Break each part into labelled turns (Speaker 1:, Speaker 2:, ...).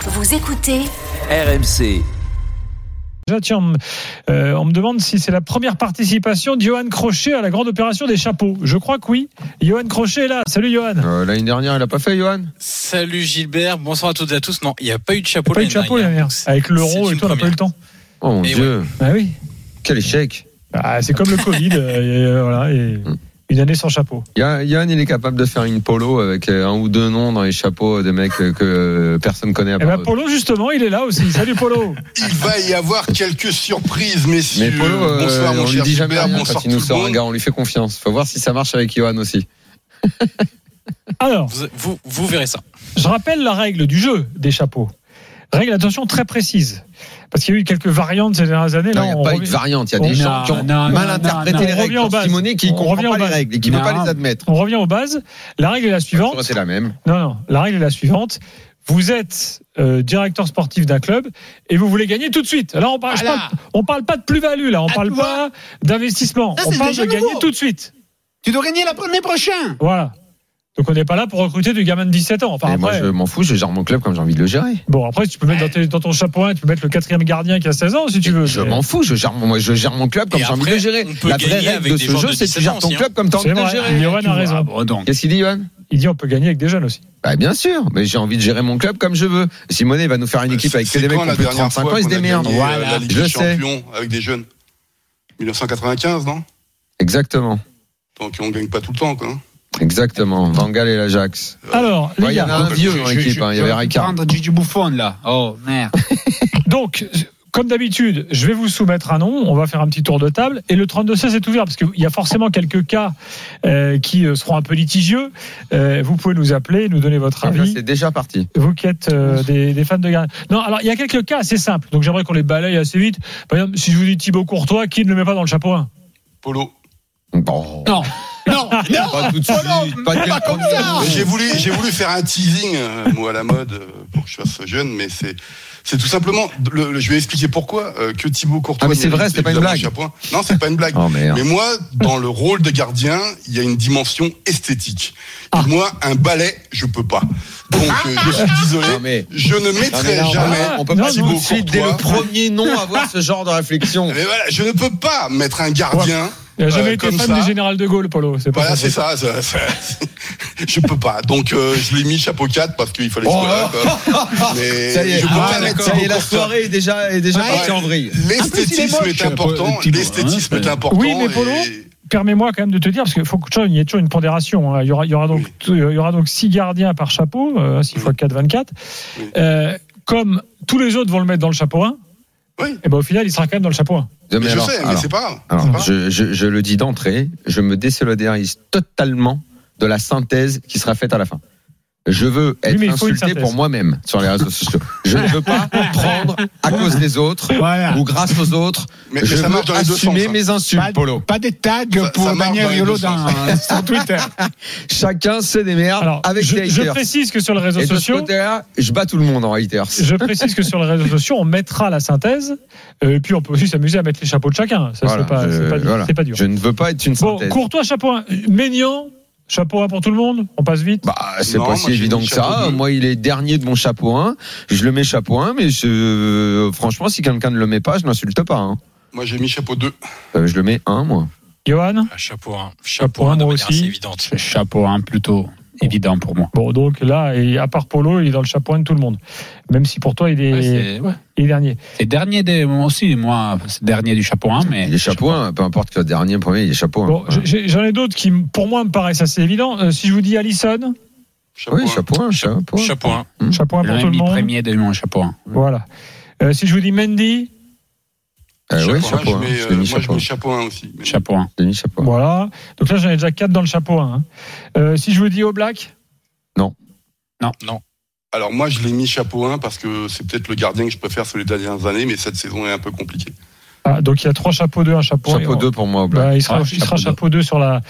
Speaker 1: Vous écoutez
Speaker 2: RMC.
Speaker 3: Déjà, tiens, on me- euh, on me demande si c'est la première participation de Johan Crochet à la grande opération des chapeaux. Je crois que oui. Johan Crochet est là. Salut Johan.
Speaker 4: Euh, L'année dernière, il a pas fait, Johan
Speaker 5: Salut Gilbert, bonsoir à toutes et à tous. Non, il n'y a pas eu de chapeau.
Speaker 3: Pas eu de
Speaker 5: l'année
Speaker 3: chapeau l'année
Speaker 5: dernière.
Speaker 3: dernière. Avec l'euro
Speaker 5: c'est
Speaker 3: et
Speaker 5: une
Speaker 3: tout, on n'a pas eu le temps.
Speaker 4: Oh mon
Speaker 5: Et
Speaker 4: Dieu,
Speaker 3: Bah oui.
Speaker 4: quel échec
Speaker 3: Ah, c'est comme le Covid. euh, et, euh, voilà, et
Speaker 4: Mm.
Speaker 3: une année sans chapeau.
Speaker 4: Ya- Yann, il est capable de faire une polo avec euh, un ou deux noms dans les chapeaux des mecs euh, que euh, personne connaît à
Speaker 3: Et
Speaker 4: part
Speaker 3: bah
Speaker 4: eux.
Speaker 3: Polo, justement, il est là aussi. Salut Polo.
Speaker 6: Il va y avoir quelques surprises, messieurs.
Speaker 4: Mais Polo, euh,
Speaker 6: bonsoir, mon
Speaker 4: on lui
Speaker 6: cher
Speaker 4: dit jamais
Speaker 6: Gilbert.
Speaker 4: rien
Speaker 6: Bonsoir,
Speaker 4: quand
Speaker 6: tout
Speaker 4: il nous
Speaker 6: le
Speaker 4: sort un
Speaker 6: monde.
Speaker 4: gars, on lui fait confiance. Faut voir si ça marche avec Johan aussi.
Speaker 3: Alors,
Speaker 5: Vous, vous, vous verrez ça.
Speaker 3: je rappelle la règle du jeu des chapeaux. Règle, attention, très précise. Parce qu'il y a eu quelques variantes ces dernières années.
Speaker 4: Non,
Speaker 3: là,
Speaker 4: il
Speaker 3: on
Speaker 4: n'y a pas eu
Speaker 3: revient-
Speaker 4: de variante. Il y a
Speaker 3: on-
Speaker 4: des gens
Speaker 7: non,
Speaker 4: qui ont
Speaker 7: non,
Speaker 4: mal
Speaker 7: non,
Speaker 4: interprété
Speaker 7: non,
Speaker 4: les
Speaker 3: non,
Speaker 4: règles.
Speaker 3: on revient aux
Speaker 4: Comme
Speaker 3: bases.
Speaker 4: Simonet qui
Speaker 3: On
Speaker 4: comprend
Speaker 3: revient aux
Speaker 4: pas les
Speaker 3: bases.
Speaker 4: règles et qui ne peut
Speaker 7: Non.
Speaker 4: pas les admettre.
Speaker 3: on revient aux bases. La règle est la suivante.
Speaker 4: C'est la même.
Speaker 3: Non, non. La règle est la suivante. Vous êtes euh, directeur sportif d'un club et vous voulez gagner tout de suite. Alors on parle, je
Speaker 7: Voilà.
Speaker 3: parle- on parle pas de plus-value là, on
Speaker 7: Ah,
Speaker 3: parle
Speaker 7: tu vois.
Speaker 3: pas d'investissement,
Speaker 7: Ça,
Speaker 3: on
Speaker 7: c'est
Speaker 3: parle de
Speaker 7: déjà
Speaker 3: gagner
Speaker 7: nouveau.
Speaker 3: tout de suite.
Speaker 7: Tu dois gagner la- l'année prochaine.
Speaker 3: Voilà. Donc on n'est pas là pour recruter du gamin de 17 ans. Enfin,
Speaker 4: Mais
Speaker 3: après,
Speaker 4: moi, je m'en fous, je gère mon club comme j'ai envie de le gérer.
Speaker 3: bon après tu peux mettre dans, tes- dans ton chapeau 1, tu peux mettre le quatrième gardien qui a 16 ans si tu veux.
Speaker 4: Je
Speaker 3: Mais-
Speaker 4: m'en fous, je gère, mon- moi, je gère mon club comme
Speaker 5: Et
Speaker 4: j'ai envie de
Speaker 5: après,
Speaker 4: le gérer.
Speaker 5: on peut
Speaker 4: La vraie
Speaker 5: gagner
Speaker 4: règle
Speaker 5: avec
Speaker 4: de
Speaker 5: des
Speaker 4: ce
Speaker 5: gens
Speaker 4: jeu,
Speaker 5: de
Speaker 4: c'est que tu
Speaker 5: 17
Speaker 4: gères
Speaker 5: ans
Speaker 4: ton
Speaker 5: aussi, hein.
Speaker 4: club comme tu as envie
Speaker 3: C'est
Speaker 4: de le
Speaker 3: vrai.
Speaker 4: gérer.
Speaker 3: Johan a
Speaker 7: Ah,
Speaker 3: raison.
Speaker 4: Qu'est-ce qu'il dit, Johan
Speaker 3: Il dit on peut gagner avec des jeunes aussi.
Speaker 4: Bah, bien sûr, mais j'ai envie de gérer mon club comme je veux. Simonet va nous faire une équipe avec que
Speaker 6: Euh, C'est
Speaker 4: des mecs
Speaker 6: quand
Speaker 4: qui
Speaker 6: la
Speaker 4: ont plus de
Speaker 6: dernière
Speaker 4: 35
Speaker 6: fois
Speaker 4: ans, ils se
Speaker 6: qu'on a
Speaker 4: démerdent.
Speaker 6: gagné, euh, La Ligue
Speaker 4: je
Speaker 6: des
Speaker 4: sais.
Speaker 6: Champions avec des jeunes. 1995, non
Speaker 4: Exactement,
Speaker 6: Donc on gagne pas tout le temps, quoi. hein.
Speaker 4: exactement. Vangal et l'Ajax.
Speaker 3: Alors les
Speaker 4: Ouais, il y en
Speaker 3: gars,
Speaker 4: a un vieux dans l'équipe, hein, il y avait Ricard.
Speaker 7: prendre Gigi Buffon là. Oh merde.
Speaker 3: donc comme d'habitude, je vais vous soumettre un nom, on va faire un petit tour de table, et le 32-16 est ouvert, parce qu'il y a forcément quelques cas euh, qui euh, seront un peu litigieux. Euh, vous pouvez nous appeler, nous donner votre
Speaker 6: Eh ben,
Speaker 4: Ah, ça,
Speaker 3: avis.
Speaker 4: C'est déjà parti.
Speaker 3: Vous qui êtes euh, des, des fans de Garnier. Non, alors il y a quelques cas assez simples, donc j'aimerais qu'on les balaye assez vite. Par exemple, si je vous dis Thibaut Courtois, qui ne le met pas dans le chapeau 1
Speaker 6: Polo.
Speaker 4: Bon,
Speaker 7: Non, non,
Speaker 5: Ah,
Speaker 7: non.
Speaker 4: pas tout de suite, pas quel candidat.
Speaker 6: Mais J'ai voulu, j'ai voulu faire un teasing, euh, mot à la mode, euh, pour que je fasse jeune, mais c'est. C'est tout simplement, le- le- je vais expliquer pourquoi euh, que Thibaut Courtois.
Speaker 4: Ah, mais c'est
Speaker 6: mérite
Speaker 4: vrai, c'était pas une
Speaker 6: évidemment
Speaker 4: blague.
Speaker 6: un point. Non, c'est pas une blague.
Speaker 4: Oh merde.
Speaker 6: Mais moi, dans le rôle de gardien, il y a une dimension esthétique. Et
Speaker 4: Ah.
Speaker 6: Moi, un balai, je peux pas. Donc, euh, je suis désolé.
Speaker 4: Non, mais-
Speaker 6: Je ne
Speaker 4: Non, mais
Speaker 6: mettrai
Speaker 4: là, on-
Speaker 6: jamais.
Speaker 4: on peut
Speaker 3: Non,
Speaker 4: pas
Speaker 3: non,
Speaker 4: tout de suite, dès le
Speaker 6: Courtois.
Speaker 4: premier nom, avoir ce genre de réflexion.
Speaker 6: Mais voilà, je ne peux pas mettre un gardien.
Speaker 3: Il n'a jamais
Speaker 6: euh,
Speaker 3: été
Speaker 6: comme
Speaker 3: fan
Speaker 6: ça.
Speaker 3: du général de Gaulle, Polo. C'est pas
Speaker 6: Voilà,
Speaker 3: son
Speaker 6: c'est
Speaker 3: truc.
Speaker 6: ça. ça, ça- je peux pas. Donc, euh, je l'ai mis chapeau 4 parce qu'il fallait.
Speaker 4: Oh,
Speaker 6: voilà, quoi. Mais
Speaker 4: Ça y est,
Speaker 6: je peux
Speaker 4: ah,
Speaker 6: pas mettre
Speaker 4: d'accord. Ça y est, la
Speaker 6: Thibaut Courtois.
Speaker 4: soirée est déjà, est déjà
Speaker 6: Ouais.
Speaker 4: partie en vrille.
Speaker 6: L'esthétisme
Speaker 7: moche,
Speaker 6: est
Speaker 7: euh,
Speaker 6: important.
Speaker 7: Thibaut, hein,
Speaker 6: L'esthétisme est
Speaker 7: c'est-
Speaker 6: important.
Speaker 3: Oui, mais Polo,
Speaker 6: et-
Speaker 3: Permets-moi quand même de te dire, parce qu'il faut que tu vois, il y ait toujours une pondération. hein. Il, y aura, il y aura donc, euh, il y aura donc 6 gardiens par chapeau, euh, 6
Speaker 6: Oui.
Speaker 3: x 4, 24.
Speaker 6: Oui.
Speaker 3: Euh, comme tous les autres vont le mettre dans le chapeau 1,
Speaker 6: Oui.
Speaker 3: et ben, au final, il sera quand même dans le chapeau 1.
Speaker 4: Mais
Speaker 6: mais je
Speaker 4: alors-
Speaker 6: sais, mais
Speaker 4: alors-
Speaker 6: c'est pas grave. c'est pas
Speaker 4: Alors,
Speaker 6: grave.
Speaker 4: je, je- je le dis d'entrée, je me désolidarise totalement de la synthèse qui sera faite à la fin. Je veux être
Speaker 3: mais il faut une
Speaker 4: insulté
Speaker 3: synthèse.
Speaker 4: pour moi-même sur les réseaux sociaux. Je ne veux pas prendre à cause des autres
Speaker 7: Voilà.
Speaker 4: ou grâce aux autres.
Speaker 6: Mais- mais
Speaker 4: je
Speaker 6: ça
Speaker 4: veux
Speaker 6: marche dans les deux
Speaker 4: assumer
Speaker 6: sens, hein.
Speaker 4: mes insultes,
Speaker 7: Pas,
Speaker 4: Polo.
Speaker 7: pas des tags pour
Speaker 6: ça marche
Speaker 7: Daniel
Speaker 6: dans les
Speaker 7: Riolo
Speaker 6: deux sens.
Speaker 7: dans- euh, sur Twitter.
Speaker 4: Chacun se démerde
Speaker 3: Alors,
Speaker 4: Ah, avec
Speaker 3: je,
Speaker 4: les
Speaker 3: je
Speaker 4: haters.
Speaker 3: précise que sur les réseaux
Speaker 4: Et de ce
Speaker 3: sociaux,
Speaker 4: côté-là, je bats tout le monde en haters.
Speaker 3: je précise que sur les réseaux sociaux, on mettra la synthèse, euh, et puis on peut aussi s'amuser à mettre les chapeaux de chacun. Ça,
Speaker 4: Voilà,
Speaker 3: c'est pas,
Speaker 4: je-
Speaker 3: c'est pas, di-
Speaker 4: voilà.
Speaker 3: c'est pas dur.
Speaker 4: Je ne veux pas être une
Speaker 3: Bon,
Speaker 4: synthèse.
Speaker 3: Courtois, chapeau 1. Ménian, chapeau 1 pour tout le monde. On passe vite.
Speaker 4: Bah, c'est
Speaker 6: Non,
Speaker 4: pas
Speaker 6: moi,
Speaker 4: si
Speaker 6: j'ai
Speaker 4: évident
Speaker 6: mis
Speaker 4: que ça.
Speaker 6: chapeau bleu.
Speaker 4: Moi, il est dernier de mon chapeau 1. Je le mets chapeau 1, mais je... franchement, si quelqu'un ne le met pas, je n'insulte pas. hein.
Speaker 6: Moi, j'ai mis chapeau 2.
Speaker 4: Euh, je le mets 1, moi.
Speaker 3: Johan
Speaker 5: Ah, chapeau 1.
Speaker 3: Chapeau
Speaker 5: Chapeau
Speaker 3: un,
Speaker 5: 1 de
Speaker 3: moi
Speaker 5: manière
Speaker 3: aussi.
Speaker 5: assez évidente.
Speaker 7: Chapeau, hein, plutôt évident pour moi.
Speaker 3: Bon, donc là, et à part Polo, il est dans le chapeau 1 de tout le monde. Même si pour toi, il est,
Speaker 7: Ouais, c'est ouais.
Speaker 3: il est dernier.
Speaker 7: C'est dernier des, moi aussi, moi, c'est dernier du chapeau 1, mais.
Speaker 4: Il est chapeau 1, peu importe que le dernier, premier, il est chapeau 1.
Speaker 3: Bon, j'ai- j'en ai d'autres qui, pour moi, me paraissent assez évidents. Euh, si je vous dis Allison,
Speaker 6: Chapeau
Speaker 4: Oui,
Speaker 6: un.
Speaker 4: chapeau 1, chapeau 1.
Speaker 5: Chapeau 1.
Speaker 3: chapeau 1
Speaker 7: Le
Speaker 3: pour tout le
Speaker 7: ami
Speaker 3: monde.
Speaker 7: premier de mon chapeau 1.
Speaker 3: Voilà. Euh, si je vous dis Mendy,
Speaker 4: oui,
Speaker 6: Moi, je
Speaker 4: Ah chapeau 1.
Speaker 6: mets,
Speaker 4: Je
Speaker 6: euh,
Speaker 4: l'ai mis
Speaker 6: Moi, je
Speaker 4: chapeau 1.
Speaker 6: mets chapeau 1 aussi. Mais-
Speaker 7: Chapeau 1.
Speaker 4: Je l'ai mis chapeau 1.
Speaker 3: voilà. Donc là, j'en ai déjà 4 dans le chapeau 1. hein. Euh, si je vous dis Oblak,
Speaker 6: Alors moi, je l'ai mis chapeau 1 parce que c'est peut-être le gardien que je préfère sur les dernières années, mais cette saison est un peu compliquée.
Speaker 3: ah, donc il y a 3 chapeaux 2, un chapeau 1.
Speaker 4: Chapeau 2 pour moi, au blague.
Speaker 3: il sera,
Speaker 4: Ouais,
Speaker 3: il sera
Speaker 4: chapeau
Speaker 3: chapeau 2
Speaker 4: deux.
Speaker 3: sur la.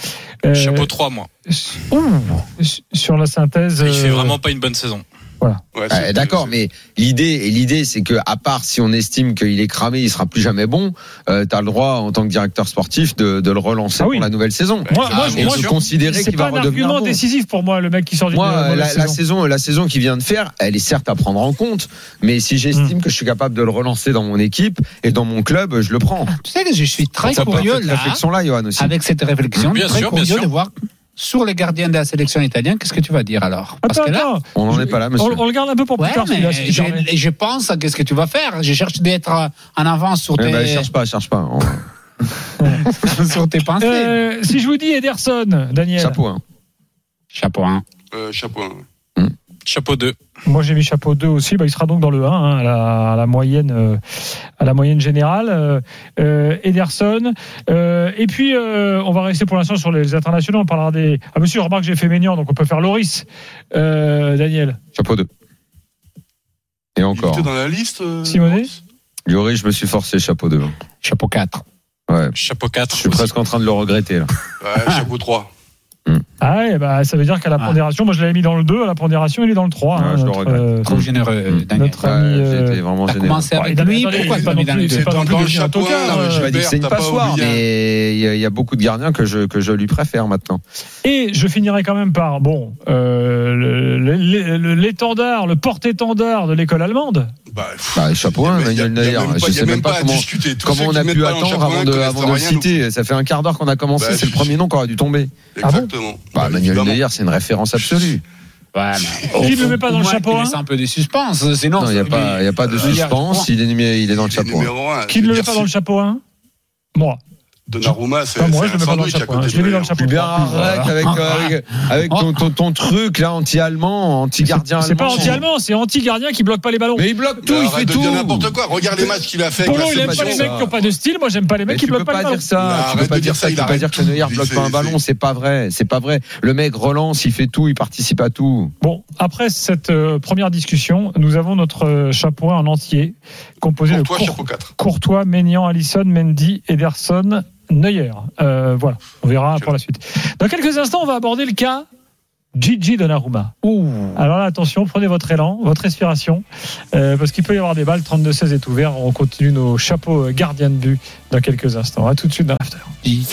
Speaker 3: euh,
Speaker 5: Chapeau 3, moi.
Speaker 3: s- ouh, s- sur la synthèse.
Speaker 5: Il fait
Speaker 3: euh,
Speaker 5: vraiment pas une bonne saison.
Speaker 6: Ouais,
Speaker 4: Ah,
Speaker 6: c'est-
Speaker 4: D'accord,
Speaker 6: c'est-
Speaker 4: mais l'idée et l'idée, c'est que à part si on estime qu'il est cramé, il sera plus jamais bon. Euh, T'as le droit en tant que directeur sportif de, de le relancer
Speaker 3: Ah oui.
Speaker 4: pour la nouvelle saison. Ah,
Speaker 3: Moi, moi,
Speaker 4: et
Speaker 3: je- moi,
Speaker 4: de
Speaker 3: je-
Speaker 4: considérer
Speaker 3: c'est
Speaker 4: qu'il
Speaker 3: pas
Speaker 4: va
Speaker 3: un
Speaker 4: redevenir
Speaker 3: argument
Speaker 4: bon.
Speaker 3: décisif pour moi, le mec qui sort d'une
Speaker 4: Moi,
Speaker 3: d'une
Speaker 4: euh,
Speaker 3: mauvaise
Speaker 4: la, la
Speaker 3: saison.
Speaker 4: saison, la saison qu'il vient de faire, elle est certes à prendre en compte, mais si j'estime que je suis capable de le relancer dans mon équipe et dans mon club, je le prends.
Speaker 1: Tu sais que je suis très
Speaker 5: Ça peut
Speaker 1: curieux
Speaker 4: Cette
Speaker 1: là,
Speaker 4: réflexion-là, Johan aussi.
Speaker 1: avec cette réflexion,
Speaker 5: Bien
Speaker 1: très
Speaker 5: sûr, bien
Speaker 1: curieux
Speaker 5: sûr.
Speaker 1: de voir sur les gardiens de la sélection italienne, qu'est-ce que tu vas dire alors Parce
Speaker 3: Attends,
Speaker 1: que là,
Speaker 3: attends.
Speaker 4: On n'en est pas là,
Speaker 3: On,
Speaker 4: monsieur.
Speaker 3: on le garde un peu pour plus
Speaker 1: ouais,
Speaker 3: tard,
Speaker 1: mais
Speaker 3: celui-là, si tu permets.
Speaker 1: je, je pense à qu'est-ce que tu vas faire. Je cherche d'être euh, en avance sur
Speaker 4: Eh
Speaker 1: tes,
Speaker 4: ben, cherche pas, cherche pas. On-
Speaker 1: sur tes pensées.
Speaker 3: Euh, si je vous dis Ederson, Daniel.
Speaker 4: Chapeau. hein.
Speaker 1: Chapeau, hein.
Speaker 6: Euh, chapeau. hein.
Speaker 5: Chapeau 2.
Speaker 3: Moi j'ai mis chapeau 2 aussi, bah, il sera donc dans le 1 hein, à, la, à la moyenne, euh, à la moyenne générale. euh, euh, Ederson. Euh, et puis euh, on va rester pour l'instant sur les internationaux. On parlera des. Ah monsieur, remarque j'ai fait Ménian, donc on peut faire Loris. Euh, Daniel.
Speaker 4: Chapeau 2. Et
Speaker 6: Il
Speaker 4: encore.
Speaker 6: était dans la liste. euh,
Speaker 3: Simonet
Speaker 4: Lloris, je me suis forcé, chapeau 2.
Speaker 1: Chapeau 4.
Speaker 4: Ouais.
Speaker 5: Chapeau
Speaker 4: Je
Speaker 5: 4.
Speaker 4: suis presque en train de le regretter, là.
Speaker 6: Ouais, chapeau 3.
Speaker 3: Ah ouais, bah, ça veut dire qu'à la
Speaker 1: Ah.
Speaker 3: pondération, moi je l'avais mis dans le 2, à la pondération il est dans le 3.
Speaker 4: Ah, je le regrette.
Speaker 3: euh,
Speaker 7: Hmm.
Speaker 1: Trop généreux,
Speaker 4: Mmh.
Speaker 1: Daniel.
Speaker 3: Notre ami,
Speaker 4: Ouais,
Speaker 3: euh,
Speaker 4: J'ai été vraiment
Speaker 1: T'as
Speaker 4: généreux.
Speaker 1: commencé avec
Speaker 3: Bah,
Speaker 1: lui,
Speaker 3: attendez,
Speaker 1: pourquoi tu
Speaker 3: pas
Speaker 1: l'as mis
Speaker 3: non
Speaker 1: dans
Speaker 3: plus,
Speaker 1: les
Speaker 3: c'est
Speaker 1: deux
Speaker 3: pas non plus
Speaker 6: Dans le
Speaker 3: devenu un
Speaker 6: chapeau,
Speaker 3: tocard,
Speaker 6: non, mais je
Speaker 3: euh.
Speaker 4: Je
Speaker 6: Gilbert,
Speaker 4: dis que c'est une
Speaker 6: t'as pas
Speaker 4: passoire,
Speaker 6: oublié.
Speaker 4: mais il y, a- il y a beaucoup de gardiens que je, que je lui préfère maintenant.
Speaker 3: Et je finirai quand même par, bon, euh, le- le- le- le- l'étendard, le porte-étendard de l'école allemande,
Speaker 6: Bah, pff,
Speaker 4: Bah, chapeau
Speaker 6: y a-
Speaker 4: un,
Speaker 6: y a-
Speaker 4: Manuel
Speaker 6: y a
Speaker 4: Neuer.
Speaker 6: même
Speaker 4: Je
Speaker 6: y a
Speaker 4: sais même pas
Speaker 6: à
Speaker 4: comment-
Speaker 6: discuter. Tous
Speaker 4: Comment
Speaker 6: ceux
Speaker 4: on
Speaker 6: qui
Speaker 4: a
Speaker 6: mettent
Speaker 4: pu
Speaker 6: pas dans le
Speaker 4: attendre
Speaker 6: chapeau
Speaker 4: avant
Speaker 6: un
Speaker 4: de,
Speaker 6: connaissent
Speaker 4: avant de le
Speaker 6: rien, donc-
Speaker 4: citer Ça fait un quart d'heure qu'on a commencé,
Speaker 6: Bah,
Speaker 4: c'est le
Speaker 6: je-
Speaker 4: premier nom qui aurait dû tomber.
Speaker 3: Ah bon
Speaker 6: Exactement.
Speaker 4: Bah, Manuel
Speaker 6: évidemment.
Speaker 4: Neuer, c'est une référence absolue.
Speaker 1: Ouais, mais-
Speaker 3: Qui ne le met pas
Speaker 1: Au
Speaker 3: dans le
Speaker 1: moins
Speaker 3: chapeau,
Speaker 1: qu'il
Speaker 3: hein
Speaker 1: laisse un peu de suspense, sinon.
Speaker 4: Non, il n'y a,
Speaker 1: c'est-
Speaker 4: pas- il y a pas de
Speaker 1: Neuer,
Speaker 4: suspense, il est, numé- il est dans le chapeau. hein.
Speaker 6: numéro 1.
Speaker 3: qui ne le met pas dans le chapeau 1 Moi.
Speaker 6: Donnarumma, c'est
Speaker 3: Pas moi,
Speaker 6: c'est
Speaker 3: je
Speaker 6: un
Speaker 3: le mets pas dans le
Speaker 6: sandwich à
Speaker 3: chapeau 1.
Speaker 6: côté
Speaker 3: Je l'ai
Speaker 6: de
Speaker 3: mis dans
Speaker 6: Neuer.
Speaker 3: le chapeau
Speaker 4: hein. Hubert
Speaker 3: 1.
Speaker 6: hein.
Speaker 4: arrête avec, euh, avec, avec ton, ton, ton truc là anti-allemand, anti-gardien
Speaker 3: C'est pas
Speaker 4: allemand.
Speaker 3: anti-allemand, c'est anti-gardien qui bloque pas les ballons.
Speaker 4: Mais il bloque tout,
Speaker 6: Bah,
Speaker 4: il fait
Speaker 6: arrête de
Speaker 4: tout.
Speaker 6: dire n'importe quoi. Regarde les matchs qu'il a fait. avec
Speaker 3: Polo,
Speaker 6: la
Speaker 3: il aime pas
Speaker 4: sélection,
Speaker 3: les
Speaker 4: ça.
Speaker 3: mecs qui ont pas de style. Moi, j'aime pas les
Speaker 4: Mais
Speaker 3: mecs qui
Speaker 4: tu peux
Speaker 3: bloquent pas les
Speaker 4: pas
Speaker 3: ballons.
Speaker 4: dire ça, tu
Speaker 6: arrête
Speaker 4: peux pas
Speaker 6: de
Speaker 4: dire
Speaker 6: dire
Speaker 4: ça,
Speaker 6: ça,
Speaker 4: tu
Speaker 6: il
Speaker 4: peux pas
Speaker 6: arrête
Speaker 4: dire que Neuer
Speaker 6: tout.
Speaker 4: bloque
Speaker 6: C'est-
Speaker 4: pas un ballon, c'est pas vrai, c'est pas vrai. Le mec relance, il fait tout, il participe à tout.
Speaker 3: Bon, après cette euh, première discussion, nous avons notre euh, chapeau 1 en entier, composé
Speaker 6: Pour
Speaker 3: de
Speaker 6: toi,
Speaker 3: Cour-
Speaker 6: chapeau 4.
Speaker 3: Courtois, Ménian, Allison, Mendy, Ederson, Neuer. Euh, voilà, on verra pour la suite. Dans quelques instants, on va aborder le cas Gigi Donnarumma. Alors là, attention, prenez votre élan, votre respiration, euh, parce qu'il peut y avoir des balles. euh, 32-16 est ouvert. On continue nos chapeaux gardiens de but dans quelques instants. À tout de suite dans l'after.